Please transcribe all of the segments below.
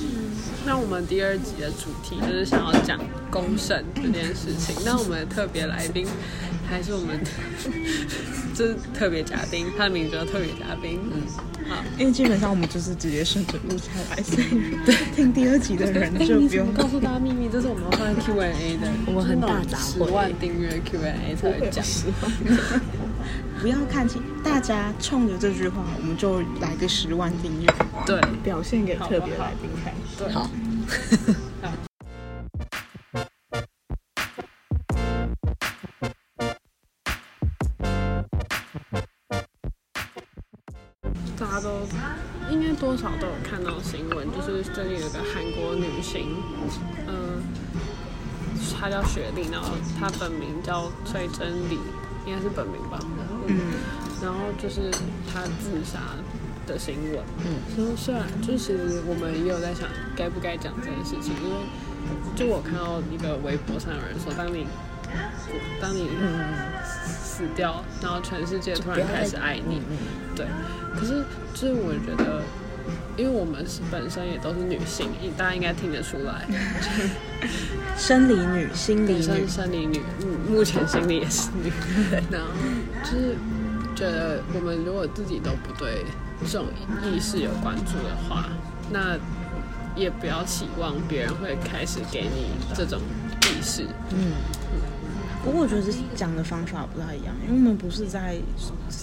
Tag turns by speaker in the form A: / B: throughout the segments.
A: 嗯那我们第二集的主题就是想要讲公审这件事情。那我们的特别来宾还是我们的 就是特别嘉宾，他的名字叫特别嘉宾。嗯，好，
B: 因为基本上我们就是直接顺着录下来，所以听第二集的人
A: 哎
B: 就
A: 你
B: 不
A: 怎
B: 用
A: 么。告诉大家秘密？这是我们要放在 Q&A 的，哦
C: 我们很大杂
A: 十
C: 烩
A: 万订阅 Q&A 才会讲。
B: 不要看清，大家冲着这句话，我们就来个十万订阅，
A: 对，
B: 表现给
A: 特别来
B: 宾看。
A: 对，
C: 好，
A: 大家都应该多少都有看到新闻，就是这里有个韩国女星，嗯、她叫雪莉，然后她本名叫崔真理，应该是本名吧，嗯，然后就是她自杀的新闻，嗯，所以虽然就其实我们也有在想该不该讲这件事情，因为就我看到一个微博上有人说，当你当你嗯死掉，然后全世界突然开始爱你，对。可是就是我觉得，因为我们是本身也都是女性，大家应该听得出 来，
B: 生理女、心理
A: 女
B: 女
A: 生，生理女，嗯，目前心里也是女，然后就是觉得我们如果自己都不对这种意识有关注的话，那也不要期望别人会开始给你这种意识，
B: 不过我觉得讲的方法不太一样，因为我们不是在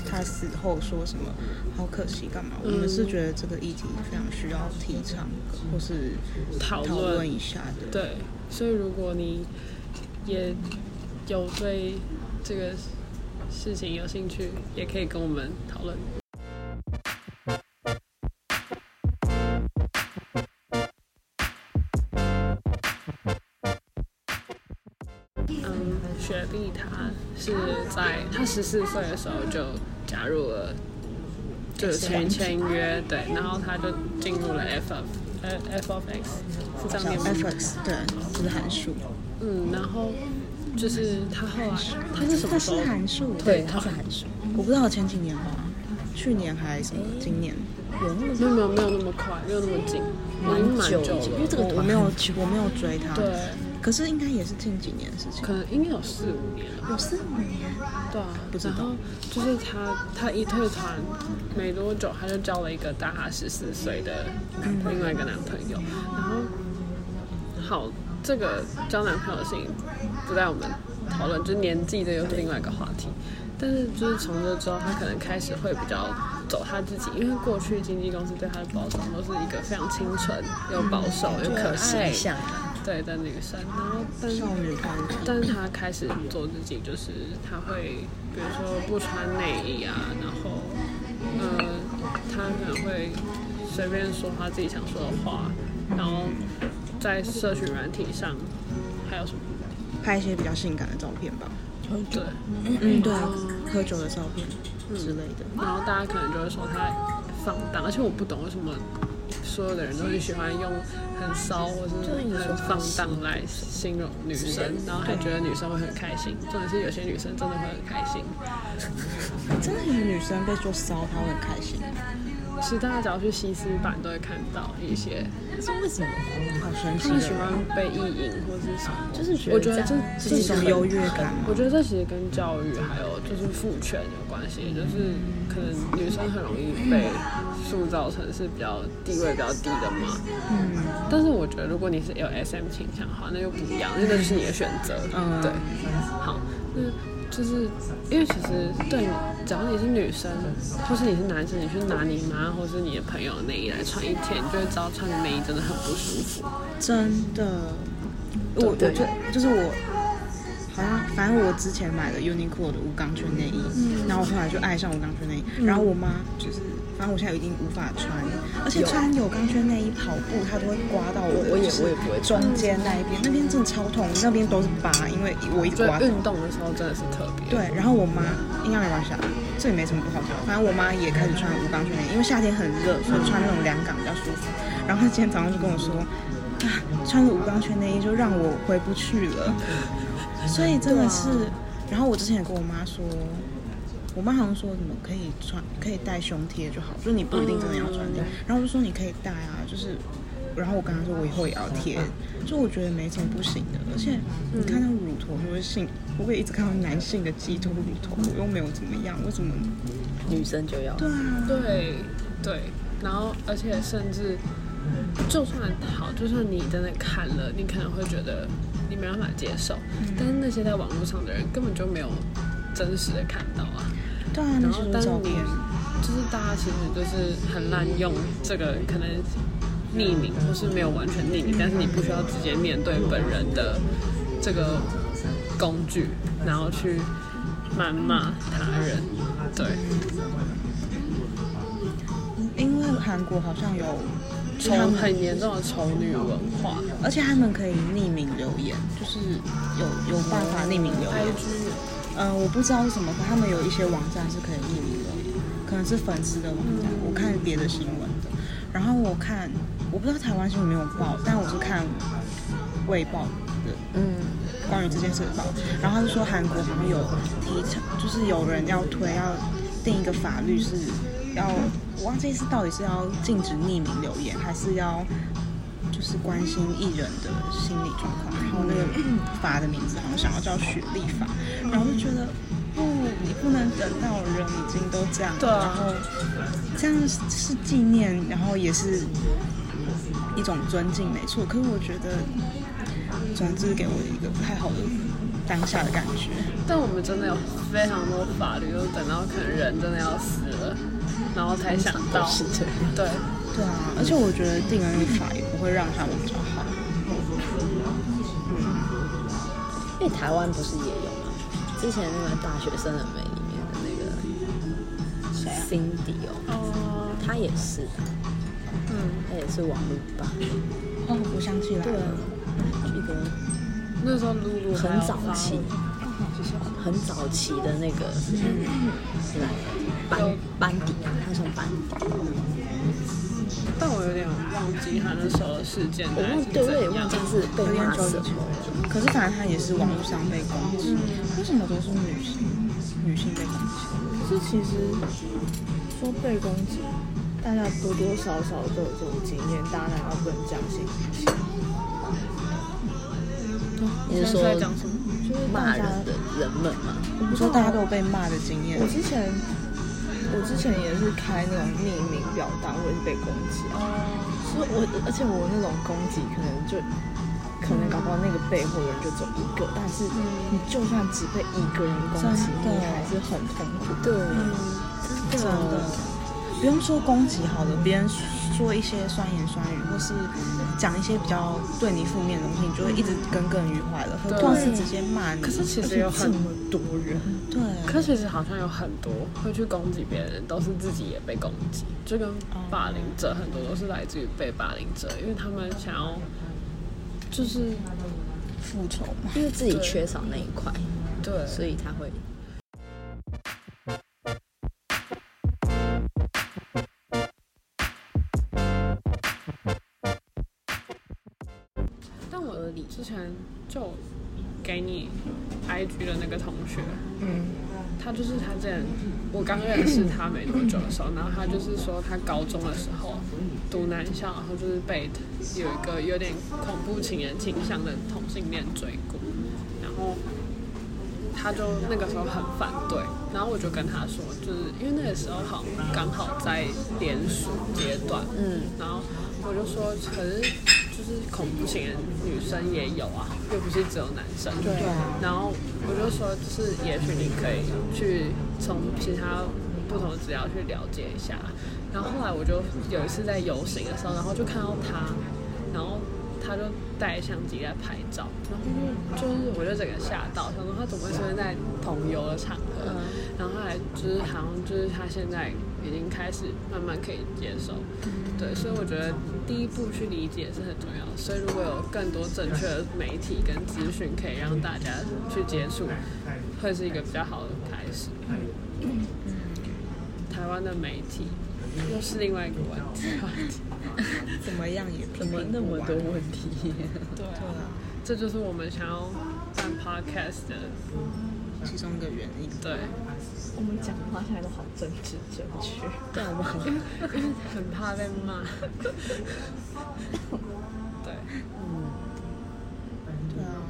B: 他死后说什么好可惜干嘛，我们是觉得这个议题非常需要提倡或是
A: 讨
B: 讨
A: 论
B: 论一下的。
A: 对，所以如果你也有对这个事情有兴趣，也可以跟我们讨论。嗯，雪碧她是在她十四岁的时候就加入了就是签签约，对，然后她就进入了 F of 呃 F of X 是这样
B: 小
A: 念吗
B: efforts 对，就是函数，
A: 嗯，然后就是他后来他是什
B: 它
A: 么时
B: 是
A: 候？
B: 函数，
C: 对，它是函数，
B: 我不知道前几年吧，去年还是什么，今年
C: 有
A: 没有
C: 那么
A: 没有没有那么快，没有那么近，已经蛮
C: 蛮久
A: 久
C: 以前，因为
A: 了。
C: 这个
B: 我我
C: 团
B: 没有
C: 很久
B: 我没有追它，
A: 对，
B: 可是应该也是近几年的事情
A: 可，能应该有四五年了。
B: 有四五年，
A: 对啊，
B: 不知
A: 然
B: 道
A: 后就是他他一退团没多久，他就交了一个大他十四岁的另外一个男朋友。然后
B: 嗯
A: 好，这个交男朋友的事情不在我们讨论，就是年纪这又是另外一个话题。但是就是从这之后，他可能开始会比较走他自己，因为过去经纪公司对他的包装都是一个非常清纯又保守
B: 嗯
A: 又可爱
C: 形象啊，
A: 对的女生，然后但是
B: 少女团体，
A: 但是他开始做自己，就是他会，比如说不穿内衣啊，然后，呃，他可能会随便说他自己想说的话，然后在社群软体上还有什么？
B: 拍一些比较性感的照片吧，
A: 对，
B: 嗯，对，喝酒的照片之类的，
A: 嗯然后大家可能就会说他放荡，而且我不懂为什么所有的人都很喜欢用很骚或
C: 就是你
A: 是
C: 说
A: 很放荡来形容女生，然后还觉得女生会很开心。重点是有些女生真的会很开心。
B: 真的有女生被做骚，她会很开心，
A: 其实大家只要去西斯版都会看到一些，
C: 但是为什么？
B: 好神
A: 他
B: 奇
A: 们喜欢
B: 的，
A: 被意淫或是什么，
C: 就是觉得
A: 我觉得这
C: 这样
A: 这
B: 是一
A: 其实
B: 种
A: 很
B: 优越感嘛
A: 我，觉得这其实跟教育还有就是父权有关系，就是可能女生很容易被塑造成是比较地位比较低的嘛。
B: 嗯
A: 但是我觉得如果你是有 SM 倾向的话，那就不一样，那就是你的选择。
B: 嗯，
A: 对，好，那就是因为其实对你，只要你是女生，或是你是男生，你去拿你妈或是你的朋友的内衣来穿一天，你就会知道穿内衣真的很不舒服。
B: 真的，我我
A: 对
B: 觉得就是我，好像反正我之前买了 Uniqlo 的无钢圈内衣，
A: 嗯
B: 然后我后来就爱上无钢圈内衣，然后我妈就是，反正我现在已经无法穿，而且穿有钢圈内衣跑步，它都会刮到我的，
C: 我也
B: 就是
C: 我也不会
B: 中间那一边，那边真的超痛，那边都是疤，因为我一
A: 所以
B: 刮。
A: 运动的时候真的是特别。
B: 对，然后我妈应该没关系啊，这也没什么不好说。反正我妈也开始穿无钢圈内衣，因为夏天很热，所以穿那种凉感比较舒服。然后她今天早上就跟我说，啊，穿着无钢圈内衣就让我回不去了。所以真的是，
A: 啊
B: 然后我之前也跟我妈说，我妈好像说什么可以
A: 嗯
B: 穿，可以戴胸贴就好，就你不一定真的要穿贴。然后我就说你可以戴啊，就是然后我跟他说我以后也要贴，
A: 嗯
B: 就我觉得没什么不行的，而且你看到乳头就是性，我会一直看到男性的鸡头乳头，我又没有怎么样，为什么？
C: 女生就
A: 嗯
C: 要
B: 对啊，
A: 对对，然后而且甚至，就算好，就算你真的看了，你可能会觉得你没办法接受，但是那些在网络上的人根本就没有真实的看到啊。
B: 对啊，那
A: 然
B: 些
A: 后
B: 都
A: 但
B: 是
A: 是
B: 照
A: 你
B: 片。
A: 就是大家其实就是很滥用这个可能匿名或是没有完全匿名，但是你不需要直接面对本人的这个工具，然后去谩骂他人，对。
B: 因为韩国好像有
A: 仇很严重的仇女文化
B: 而且他们可以匿名留言，就是有有办法匿名留言。
A: ，IG
B: 嗯、我不知道是什么，可他们有一些网站是可以匿名留言，可能是粉丝的网站。我看别的新闻的，然后我看，我不知道台湾新闻有没有报，但我是看卫报的
C: 嗯，
B: 关于这件事的报，然后他就说韩国好像有提倡，就是有人要推要定一个法律是要，我忘记是到底是要禁止匿名留言，还是要就是关心艺人的心理状况。然后那 个法的名字好像想要叫雪莉法，然后我就觉得不，你不能等到人已经都这样了，
A: 对啊
B: 然后这样是是纪念，然后也是一种尊敬，没错。可是我觉得，总之给我一个不太好的当下的感觉。
A: 但我们真的有非常多法律，就是等到可能人真的要死了，然后才想
C: 都
A: 到，
C: 是这样。
A: 对，
B: 对啊，而且我觉得定了那个法也不会让他们比较好。
C: 因为台湾不是也有吗？之前那个《大学生的美》里面的那个谁啊，Cindy 哦，
A: 哦，
C: 她也是啊，
A: 嗯，
C: 她也是网络吧？
B: 哦，我想起来
C: 对
B: 了，，
C: 一个
A: 那时候露露还
C: 很
A: 有
C: 早
A: 发
C: 期
A: 文，
C: 很早期的那个嗯来班班底，她算班底，
A: 但我有点忘记他那时候的事件
C: 我
A: 大概
C: 忘
A: 是
C: 对我也
A: 怎
C: 忘
A: 样
C: 记。是被
B: 有点
C: 骂
B: 久
C: 什
B: 以前
C: 么了。
B: 了。可是反正他也是网络上被攻击，为什么都是女性？女性被攻击？
D: 是其实说被攻击，大家多多少少都有这种经验，大家难道不能将心比心？
C: 你是
A: 现在在
C: 说
A: 讲什么？
D: 就是
C: 骂
D: 大
C: 人
D: 家，
C: 的人们吗？
D: 我不
B: 你
D: 知
B: 说
D: 道
B: 大家都有被骂的经验
D: 我，之前，我之前也是开那种匿名表单，我也是被攻击啊。所以我，而且我那种攻击可能就，可能搞不好那个背后的人就只有一个，但是你就算只被一个人攻击，
B: 真的
D: 你还是很痛苦。
C: 对，嗯
B: 真的，不用说攻击好了，别人说一些酸言酸语，或是讲一些比较对你负面的东西，你就会一直耿耿于怀了，何况是直接骂你。
A: 可是其
D: 而
A: 实
D: 且
A: 有
D: 这
A: 很，
D: 么多人，
B: 对，
A: 可是其实好像有很多会去攻击别人，都是自己也被攻击，就跟
C: 哦
A: 霸凌者很多都是来自于被霸凌者，因为他们想要就是
B: 复仇嘛，
C: 因为自己缺少那一块，
A: 对，
C: 所以他会。
A: 但我之前就给你 IG 的那个同学，他就是他之前我刚认识他没多久的时候，然后他就是说他高中的时候读男校，然后就是被有一个有点恐怖情人倾向的同性恋追过，然后他就那个时候很反对，然后我就跟他说，就是因为那个时候好像刚好在联署阶段，嗯，然后我就说，可是就是恐怖情人女生也有啊，又不是只有男生，对
B: 啊
A: 然后我就说，就是也许你可以去从其他不同的资料去了解一下。然后后来我就有一次在游行的时候，然后就看到他，然后他就带相机在拍照，然后就就是我就整个吓到，想说他怎么会出现在同游的场合？然后后来就是好像就是他现在已经开始慢慢可以接受，对，所以我觉得第一步去理解是很重要的。所以如果有更多正确的媒体跟资讯可以让大家去接触，会是一个比较好的开始。嗯台湾的媒体又是另外一个问题，
B: 怎么样也
C: 怎
B: 拼
C: 么
B: 命
C: 那
B: 不
C: 么
B: 完
C: 多问题？
A: 对啊，这就是我们想要办 podcast 的
B: 其中一个原因。
A: 对，
D: 我们讲话现在都好政治正确，
C: 对啊，我们很
A: 很怕被骂。对，
B: 对啊，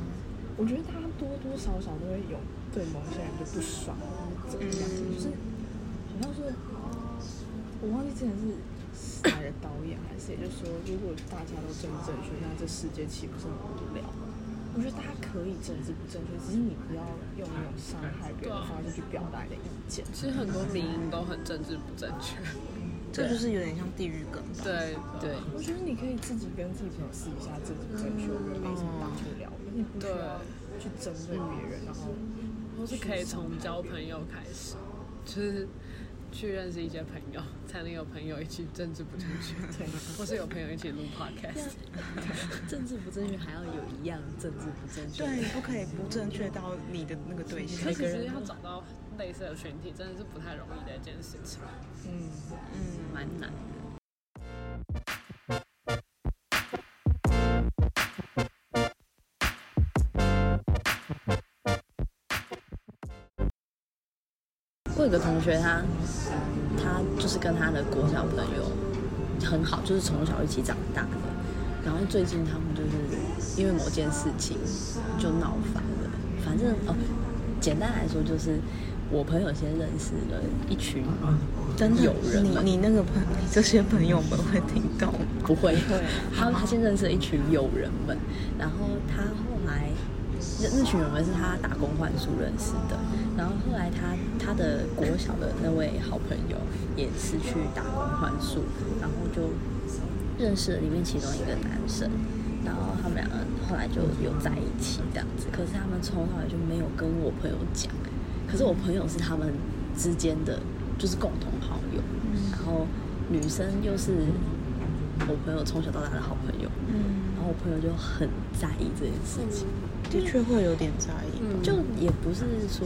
D: 我觉得大家多多少少都会有对某些人就不爽，或者怎么样，
C: 嗯
D: 就是好像是我忘记之前是哪个导演还是谁就说，如果大家都正正确，那这世界岂不是很无聊？我觉得大家可以政治不正确，只是你不要用那种伤害别人的方式去表达你的意见。
A: 其实很多民音都很政治不正确。
B: 这就是有点像地狱梗吧。
A: 对
C: 对，
D: 我觉得你可以自己跟自己解释一下自己不正确，我觉得没什么大不了的，你不需要去针对别人，然后
A: 或是可以从交朋友开始，就是去认识一些朋友，才能有朋友一起政治不正确， 对，啊或是有朋友一起录 podcast。
C: 政治不正确，还要有一样政治不正确。
B: 对，不可以不正确到你的那个对象
A: 可。其实要找到类似的群体，真的是不太容易的一件事情。
C: 嗯，蛮难的。我有个同学他，他就是跟他的国小朋友很好，就是从小一起长大的。然后最近他们就是因为某件事情就闹翻了。反正哦，简单来说就是我朋友先认识了一群
B: 真的
C: 友人
B: 你
C: 们
B: 你那个朋，你这些朋友们会听到吗？
C: 不会，他他先认识了一群友人们，然后他后来那那群友们是他打工换宿认识的，然后后来他他的国小的那位好朋友也是去打工换宿，然后就认识了里面其中一个男生，然后他们两个后来就有在一起这样子，可是他们从头到尾就没有跟我朋友讲，可是我朋友是他们之间的就是共同好友，然后女生又是我朋友从小到大的好朋友，
B: 嗯，
C: 然后我朋友就很在意这件事情，
B: 的确会有点在意。
C: 就也不是说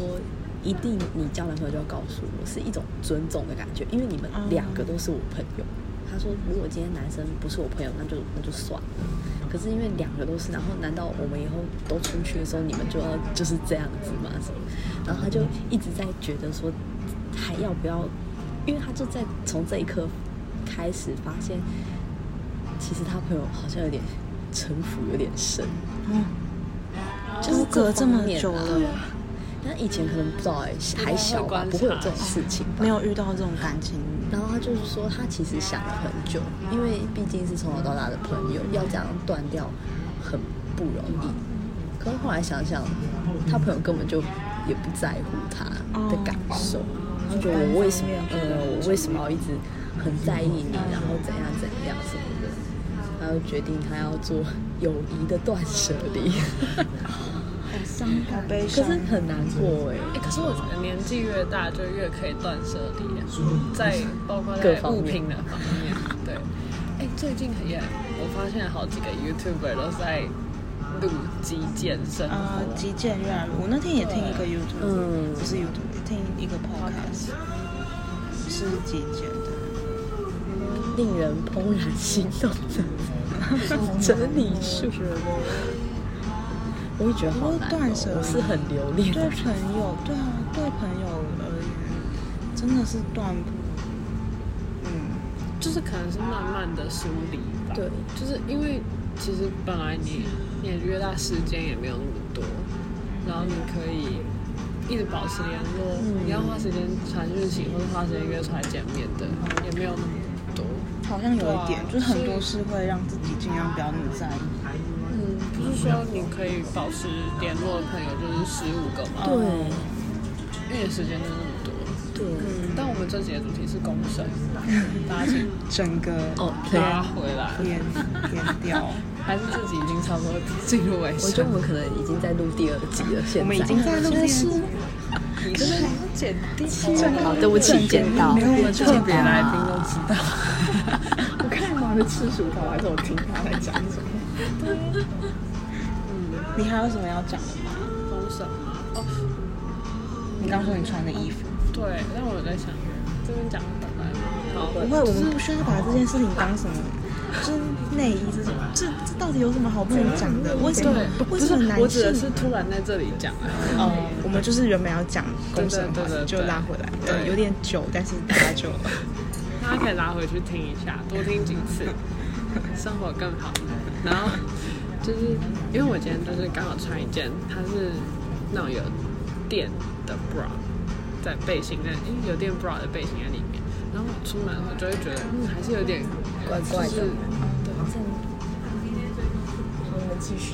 C: 一定你交男朋友就要告诉我，是一种尊重的感觉，因为你们
B: 哦
C: 两个都是我朋友。他说，如果今天男生不是我朋友，那就那就算了。可是因为两个都是，然后难道我们以后都出去的时候，你们就要就是这样子吗？什么？然后他就一直在觉得说，还要不要？因为他就在从这一刻开始发现，其实他朋友好像有点城府有点深。
B: 嗯，就是隔这么久
C: 对
B: 了，
C: 啊但以前可能不知道、欸，还小吧，
A: 不
C: 不
A: 太会观察
C: 会有这种事情吧。
B: 没有遇到这种感情，
C: 然后他就是说，他其实想了很久，因为毕竟是从小到大的朋友，要这样断掉很不容易。可是后来想想，他朋友根本就也不在乎他的感受，他觉得我为什么呃，我为什么要一直很在意你，然后怎样怎样什么的，他就决定他要做友谊的断舍离。
B: 好悲
C: 可
B: 伤
C: 是。很难过哎、
A: 哎、可是我觉得年纪越大就越可以断舍离啊，在 包括在
C: 各方
A: 物
C: 面
A: 品的方面。对，哎、最近也我发现好几个 YouTuber 都在录极简生
B: 呃，
A: 活，
B: 极简越来越，我那天也听一个 YouTube，
C: 嗯
B: 不是 YouTube，听一个 podcast，是极简的，
C: 令人怦然心动的 整理术，我会觉得好
B: 不过
C: 难、
B: 断舍离
C: 哦。我是很留恋的
B: 对
C: 人，
B: 朋友，对啊，对朋友而言，真的是断不，嗯，
A: 就是可能是慢慢的梳理吧。
C: 对，
A: 就是因为其实本来你你也约大时间也没有那么多，然后你可以一直保持联络，你要花时间传讯息或者花时间约出来见面的也没有那么多。
B: 好像有一点，
A: 对啊
B: 就是很多事会让自己尽量不要那么在意，
A: 嗯，不是说你可以保持联络的朋友就是十五个嘛，
C: 对
A: 因为时间就那么多。嗯
C: 对
A: 但我们这集的主题是公 审，大家请
B: 整个
C: 哦，对
A: 拉回来，
B: 偏偏 掉。
A: 还是自己已经差不多进入尾
C: 我觉
A: 声
C: 得。我们可能已经在录第二集了，现在
B: 我们已经在录第二集
C: 啊
B: 了
A: 你这边要剪第七
C: 好，对不起，啊剪到
B: 没有我
A: 特别来宾都知 道。
D: 我看妈的吃薯条，还是我听他在讲什么？
B: 你还有什么要讲的吗？
A: 公审吗？哦，
B: 你刚说你穿的衣服，
A: 对，但我有在想，这边讲得来吗？好，
B: 不会，我们不需要把这件事情当什么就是内衣这种，这这到底有什么好不能讲的？为什么
A: 对，不
B: 为
A: 是
B: 什么男
A: 我指的
B: 性
A: 是突然在这里讲啊。
B: 哦，我们就是原本要讲公审
A: 对
B: 话
A: 对对对
B: 就拉回来，
A: 对
B: 对，有点久，但是大家就
A: 大家可以拿回去听一下，多听几 次，生活更好。然后就是因为我今天就是刚好穿一件，它是那种有垫的 bra，在背心在，诶有垫 bra 的背心在里面。然后我出门的时候就会觉得，嗯，还是有点
C: 怪怪
A: 就是。
C: 的正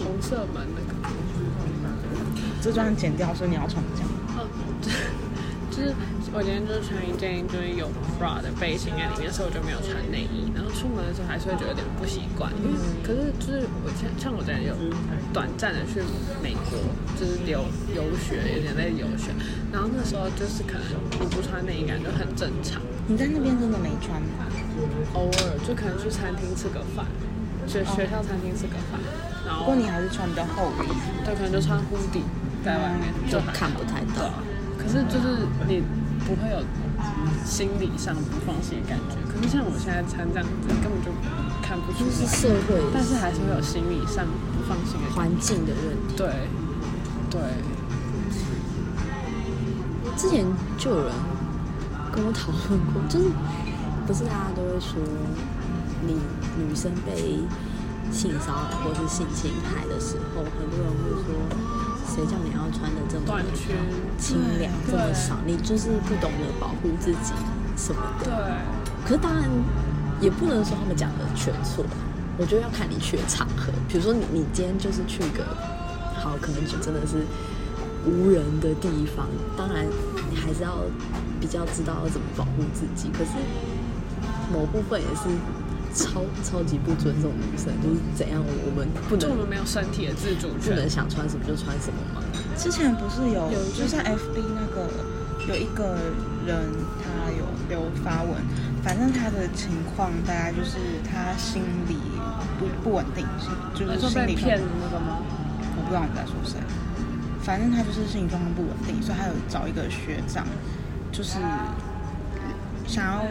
A: 红色门的感觉。
B: 这段剪掉，所以你要重讲。
A: 哦， 就是我今天就是穿一件就是有 bra 的背心在里面，所以我就没有穿内衣。然后出门的时候还是会觉得有点不习惯，因为
B: 嗯
A: 可是就是我像像我之前有短暂的去美国，就是留游学，有点在游学。然后那时候就是可能你不穿内衣感觉很正常，
B: 你在那边真的没穿吗？
A: 偶尔就可能去餐厅吃个饭，学学校餐厅吃个饭，然
B: 不
A: 后
B: 过你还是穿比较厚的衣服。
A: 对可能就穿 hoodie 在外面
C: 嗯就
A: 还好
C: 看不太到。
A: 可是就是你不会有心理上不放心的感觉。可是像我现在穿这样子，根本就看不出
C: 就是
A: 来，
C: 社会
A: 但是还是会有心理上不放心的感
C: 环境的问题。
A: 觉。对，对，
C: 之前就有人跟我讨论过，就是不是大家都会说，你女生被性骚扰或是性侵害的时候，很多人会说，谁叫你要穿的这么
A: 短裙，
C: 清凉这么少，你就是不懂得保护自己什么的。
A: 对，
C: 可是当然也不能说他们讲的全错，我觉得要看你去的场合。比如说你你今天就是去一个好，可能就真的是无人的地方，当然你还是要比较知道要怎么保护自己。可是某部分也是超超级不尊重女生，就是怎样我们不
A: 就我
C: 能
A: 们没有身体的自主
C: 不能
A: 权。
C: 想穿什么就穿什么嘛。
B: 之前不是有，
A: 有一
B: 就在 FB 那个有一个人，他有留发文，反正他的情况大概就是他心理不不稳定，性就是
A: 说
B: 心
A: 被
B: 理
A: 骗
B: 状
A: 的那
B: 况
A: 个吗？
B: 我不知道我们在说谁，反正他就是心理状况不稳定，所以他有找一个学长，就是想要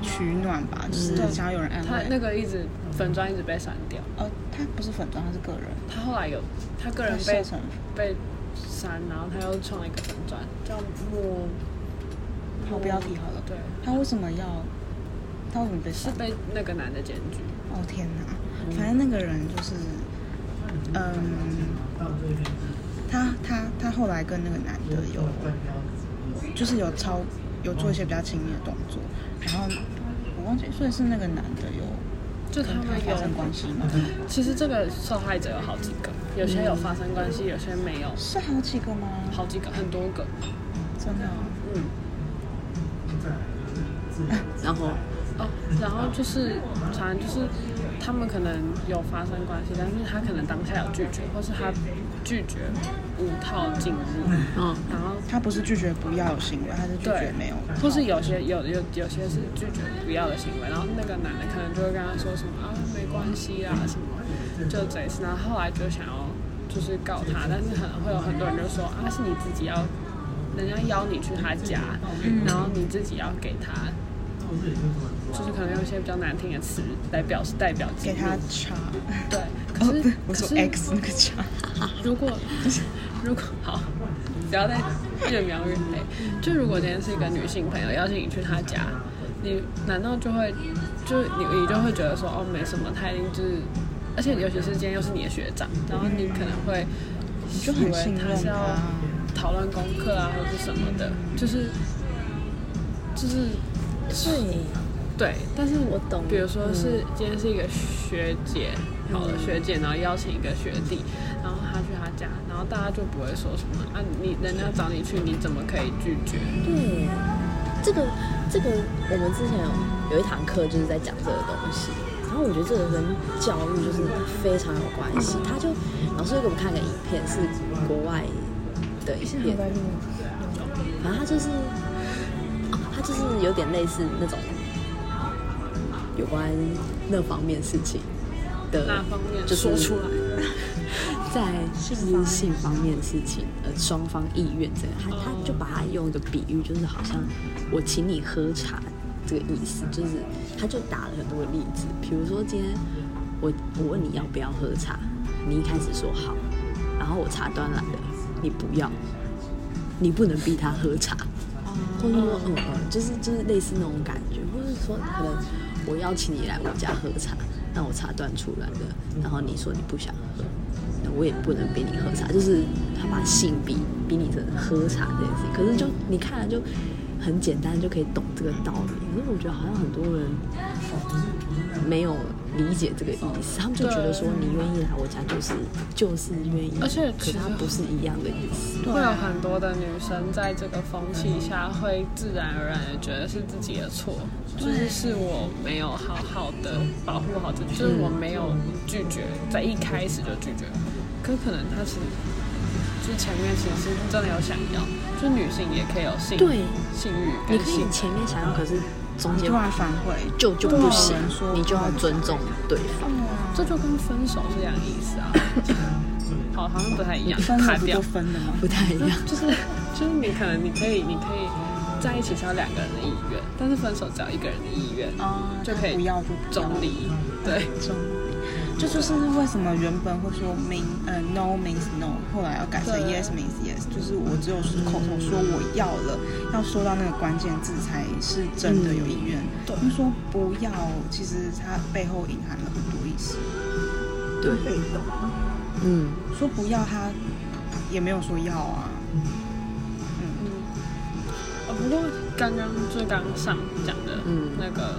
B: 取暖吧，就是
A: 嗯对
B: 想要有人安
A: 他
B: 慰。
A: 那个一直粉砖一直被删掉，
B: 呃，他不是粉妆，他是个人，
A: 他后来有他个人
B: 他
A: 被
B: 瘦成
A: 被删，然后他又创了一个粉砖叫莫，
B: 好标题好了。
A: 对，
B: 他为什么要？他为什么被
A: 是
B: 删？
A: 被那个男的检举。
B: 哦天哪！反正那个人就是，嗯，他他他后来跟那个男的有，就是有超有做一些比较亲密的动作，然后我忘记，所以是那个男的有
A: 就他
B: 跟他
A: 们
B: 发生
A: 有，
B: 关系吗？
A: 其实这个受害者有好几个，有些有发生关系，有些没有，
B: 是好几个吗？
A: 好几个，很多个。
B: 真的哦、
A: 嗯，
C: 然后
A: 哦，然后就是，反正就是他们可能有发生关系，但是他可能当下有拒绝，或是他拒绝无套进入，
C: 嗯，
A: 然后
B: 他不是拒绝不要有行为，他是拒
A: 对
B: 绝没有。
A: 或是有些有有有些是拒绝不要的行为，然后那个男的可能就会跟他说什么啊没关系啊什么，就这一次，然后后来就想要就是告他，但是可能会有很多人就说啊是嗯你自己要，人家邀你去他家，然后你自己要给他，就是可能用一些比较难听的词来表示代表激怒
B: 给他查，
A: 对，可
B: 哦
A: 是、
B: 对，我
A: 可
B: 说
A: 是
B: X 那个查，
A: 如果 如果好，不要再越描越黑。就如果今天是一个女性朋友邀请你去她家，你难道就会就你你就会觉得说哦没什么，她一定就是，而且尤其是今天又是你的学长，然后你可能会
B: 你就很信
A: 他
B: 任
A: 是要
B: 他。
A: 讨论功课啊或是什么的，就是就是
C: 对，
A: 对，但是
C: 我懂
A: 比如说是今天是一个学姐，好了，学姐，然后邀请一个学弟，然后他去他家，然后大家就不会说什么啊，你人家找你去，你怎么可以拒绝？
C: 对，这个这个，我们之前有有一堂课就是在讲这个东西，然后我觉得这个跟教育就是非常有关系。他就老师有给我们看个影片，是国外的影片，反正他就是，啊他就是有点类似那种有关那方面事情的
A: 那方面
C: 就是
A: 说出来，
C: 在就是性方面的事情，呃，双方意愿这个，他他就把它用一个比喻，就是好像我请你喝茶，这个意思，就是他就打了很多的例子，比如说今天我我问你要不要喝茶，你一开始说好，然后我茶端来了，你不要，你不能逼他喝茶，或者说嗯嗯，就是就是类似那种感觉，或者说可能我邀请你来我家喝茶，那我茶端出来了，然后你说你不想喝，那我也不能逼你喝茶，就是他把性比比你的喝茶这件事情，可是就你看了就很简单就可以懂这个道理，可是我觉得好像很多人没有理解这个意思，他们就觉得说你愿意来我家就是就是愿意，
A: 而且
C: 可
A: 其实
C: 它不是一样的意思。
A: 会有很多的女生在这个风气下，会自然而然的觉得是自己的错，就是是我没有好好的保护好自己，就是我没有拒绝，在一开始就拒绝。可可能她其实就是前面其实是真的有想要，就女性也可以有性
C: 对
A: 性欲
C: 你
A: 跟
C: 可以
A: 性
C: 前面想要，可是中间
B: 突然反悔，
C: 就就不行
B: 对说，
C: 你就要尊重对方。
A: 这就跟分手是一样的意思啊。 好，好像不太一样，
B: 分
A: 卡
B: 了不
A: 掉
B: 就。分了吗？
C: 不太一样，
A: 就是就是你可能你可以你可以在一起是要两个人的意愿，但是分手只要一个人的意愿，
B: 哦
A: 就可以
B: 不要就不
A: 中
B: 要
A: 离。对，
B: 中这就是为什么原本会说明呃 no means no，后来要改成
A: 对
B: yes means yes，就是我只有口头说我要了，要说到那个关键字才是真的有意愿。
A: 对
B: 因为说不要，其实它背后隐含了很多意思。
C: 对，嗯，
B: 说不要，他也没有说要啊。嗯，
A: 哦，不过刚刚就刚上讲的
C: 嗯
A: 那个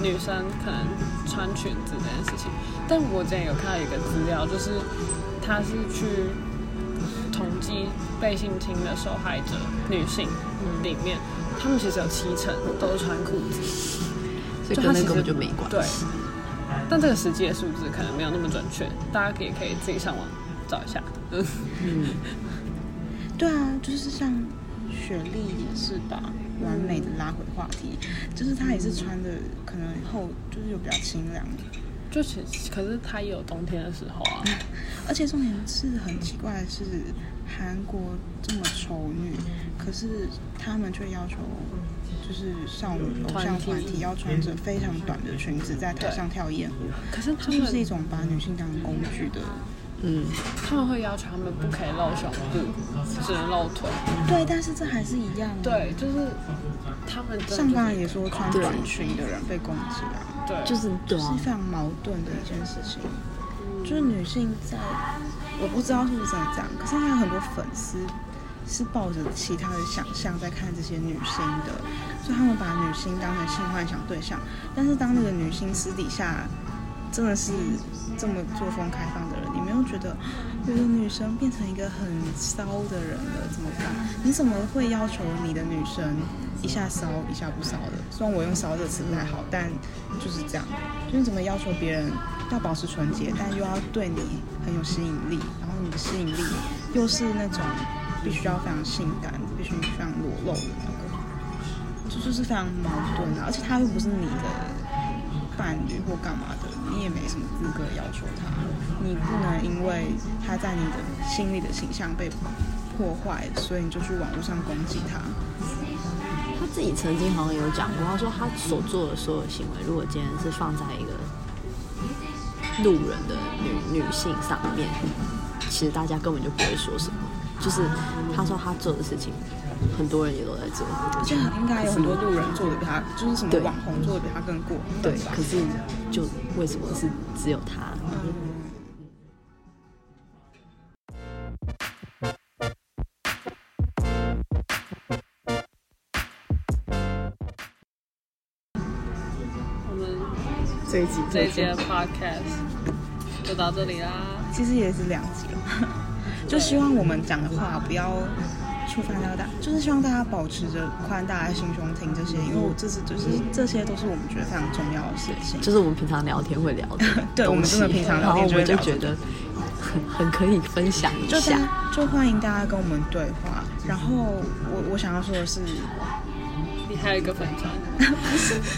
A: 女生可能穿裙子这件事情，但我之前有看到一个资料，就是她是去统计被性侵的受害者女性
C: 嗯
A: 里面，她们其实有七成都是穿裤子。
C: 所以
A: 就它
C: 跟那
A: 其
C: 根本
A: 实
C: 就没关
A: 对
C: 系。，
A: 但这个实际的数字可能没有那么准确，大家也可以自己上网找一下。 嗯，
B: 对啊，就是像雪莉也是吧，完美的拉回话题，就是她也是穿的可能后就是有比较清凉，
A: 就其实可是它也有冬天的时候啊，
B: 而且重点是很奇怪的是，韩国这么丑女，可是他们却要求就是少女偶像团体要穿着非常短的裙子在台上跳艳舞，
A: 可是他
B: 这就是一
A: 们
B: 种把女性当工具的。
C: 嗯，
A: 他们会要求他们不可以露胸部，只能露腿。
B: 对，但是这还是一样、啊。，
A: 对，就是他们真的
B: 上
A: 就是
B: 班也说穿
C: 对
B: 短裙的人被攻击啊，
A: 对，
C: 就是对啊
B: 是，非常矛盾的一件事情。就是女性在，我不知道是不是真的这样，可是应该有很多粉丝是抱着其他的想象在看这些女星的，所以他们把女星当成性幻想对象。但是当那个女星私底下真的是这么作风开放的人，你没有觉得有的女生变成一个很骚的人了怎么办？你怎么会要求你的女生一下骚一下不骚的？虽然我用“骚”这个词不太好，但就是这样。就是你怎么要求别人要保持纯洁，但又要对你很有吸引力，然后你的吸引力又是那种必须要非常性感、必须非常裸露的那个，这就是非常矛盾啊！而且他又不是你的伴侣或干嘛的，你也没什么资格要求他。你不能因为他在你的心里的形象被破坏，所以你就去网络上攻击他。
C: 他自己曾经好像有讲过，他说他所做的所有行为，如果今天是放在一个路人的女女性上面，其实大家根本就不会说什么。就是他说他做的事情，很多人也都在做，
B: 而且应该有很多路人做的比他，就是什么
C: 对
B: 网红做的比他更过分
C: 对
B: 吧，
C: 可是就为什么是只有他？
A: 我们
B: 这一集
A: 这一节的 podcast 就到这里啦。
B: 其实也是两集了， 就希望我们讲的话不要触犯到大，就是希望大家保持着宽大的心胸听这些，因为我这是就是这些都是我们觉得非常重要的事情。，
C: 就是我们平常聊天会聊的
B: 对我们真的平常聊天
C: 然后我们
B: 就
C: 就
B: 会聊
C: 觉得很很 可以分享一
B: 就大
C: 下
B: 家。就欢迎大家跟我们对话。然后我我想要说的是，
A: 你还有一个粉团，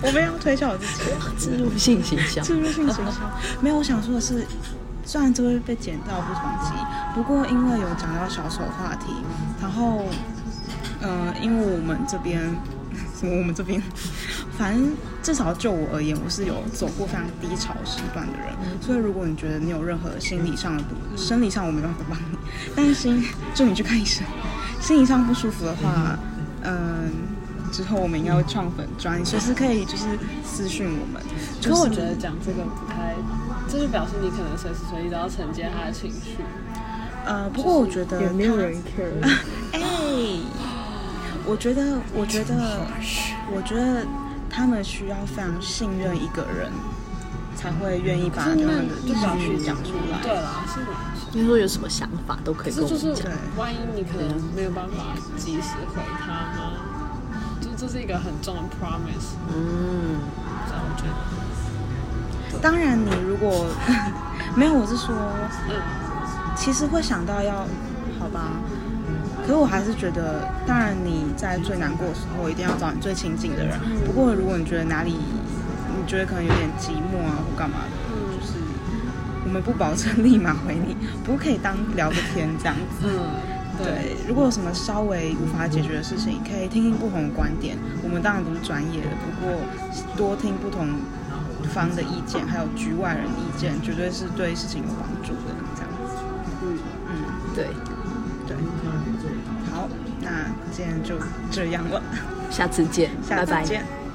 B: 我没有推销我自己，
C: 植入性形 象，
B: 自入性学校。 没有，我想说的是，虽然这会被剪到不同集，不过因为有讲到小丑话题，然后，呃，因为我们这边，什么我们这边， 反正至少就我而言，我是有走过非常低潮时段的人。
A: 嗯
B: 所以如果你觉得你有任何心理上的不，生理上我没办法帮你，但是心就你去看医生。心理上不舒服的话，嗯。之后我们应该会创粉专，你随时可以就是私讯我们。就
A: 可
B: 是
A: 我觉得讲这个不太，这就表示你可能随时随地都要承接他的情绪。
B: 呃，不过我觉得
D: 也没有
B: 他
D: 人 care。
B: 哎，我觉得，我觉得，我觉得他们需要非常信任一个人，才会愿意把
A: 可
B: 他
A: 是那
B: 们的
A: 就表
B: 情绪讲出
A: 对
B: 来。
A: 啦，是的。
C: 你说有什么想法都可以
A: 可
C: 跟
A: 是
C: 我
A: 就
C: 们
A: 是
C: 讲。
A: 万一你可能没有办法及时回他呢，就这是一个很重的 promise，
C: 嗯，
A: 这样我觉得，
B: 当然，你如果 没有，我是说，
A: 嗯，
B: 其实会想到要，好吧。可是我还是觉得，当然你在最难过的时候，一定要找你最亲近的人。不过如果你觉得哪里，你觉得可能有点寂寞啊，或干嘛的，就是我们不保证立马回你，不过可以当聊个天这样子。
A: 嗯，对，
B: 对，如果有什么稍微无法解决的事情，可以听听不同的观点。我们当然不是专业的，不过多听不同方的意见，还有局外人意见，绝对是对事情有帮助的。这样子，嗯
C: 对，
B: 对，好，那今天就这样了，
C: 下次见，
B: 下
C: 拜
B: 次
C: 拜。
B: 见，拜拜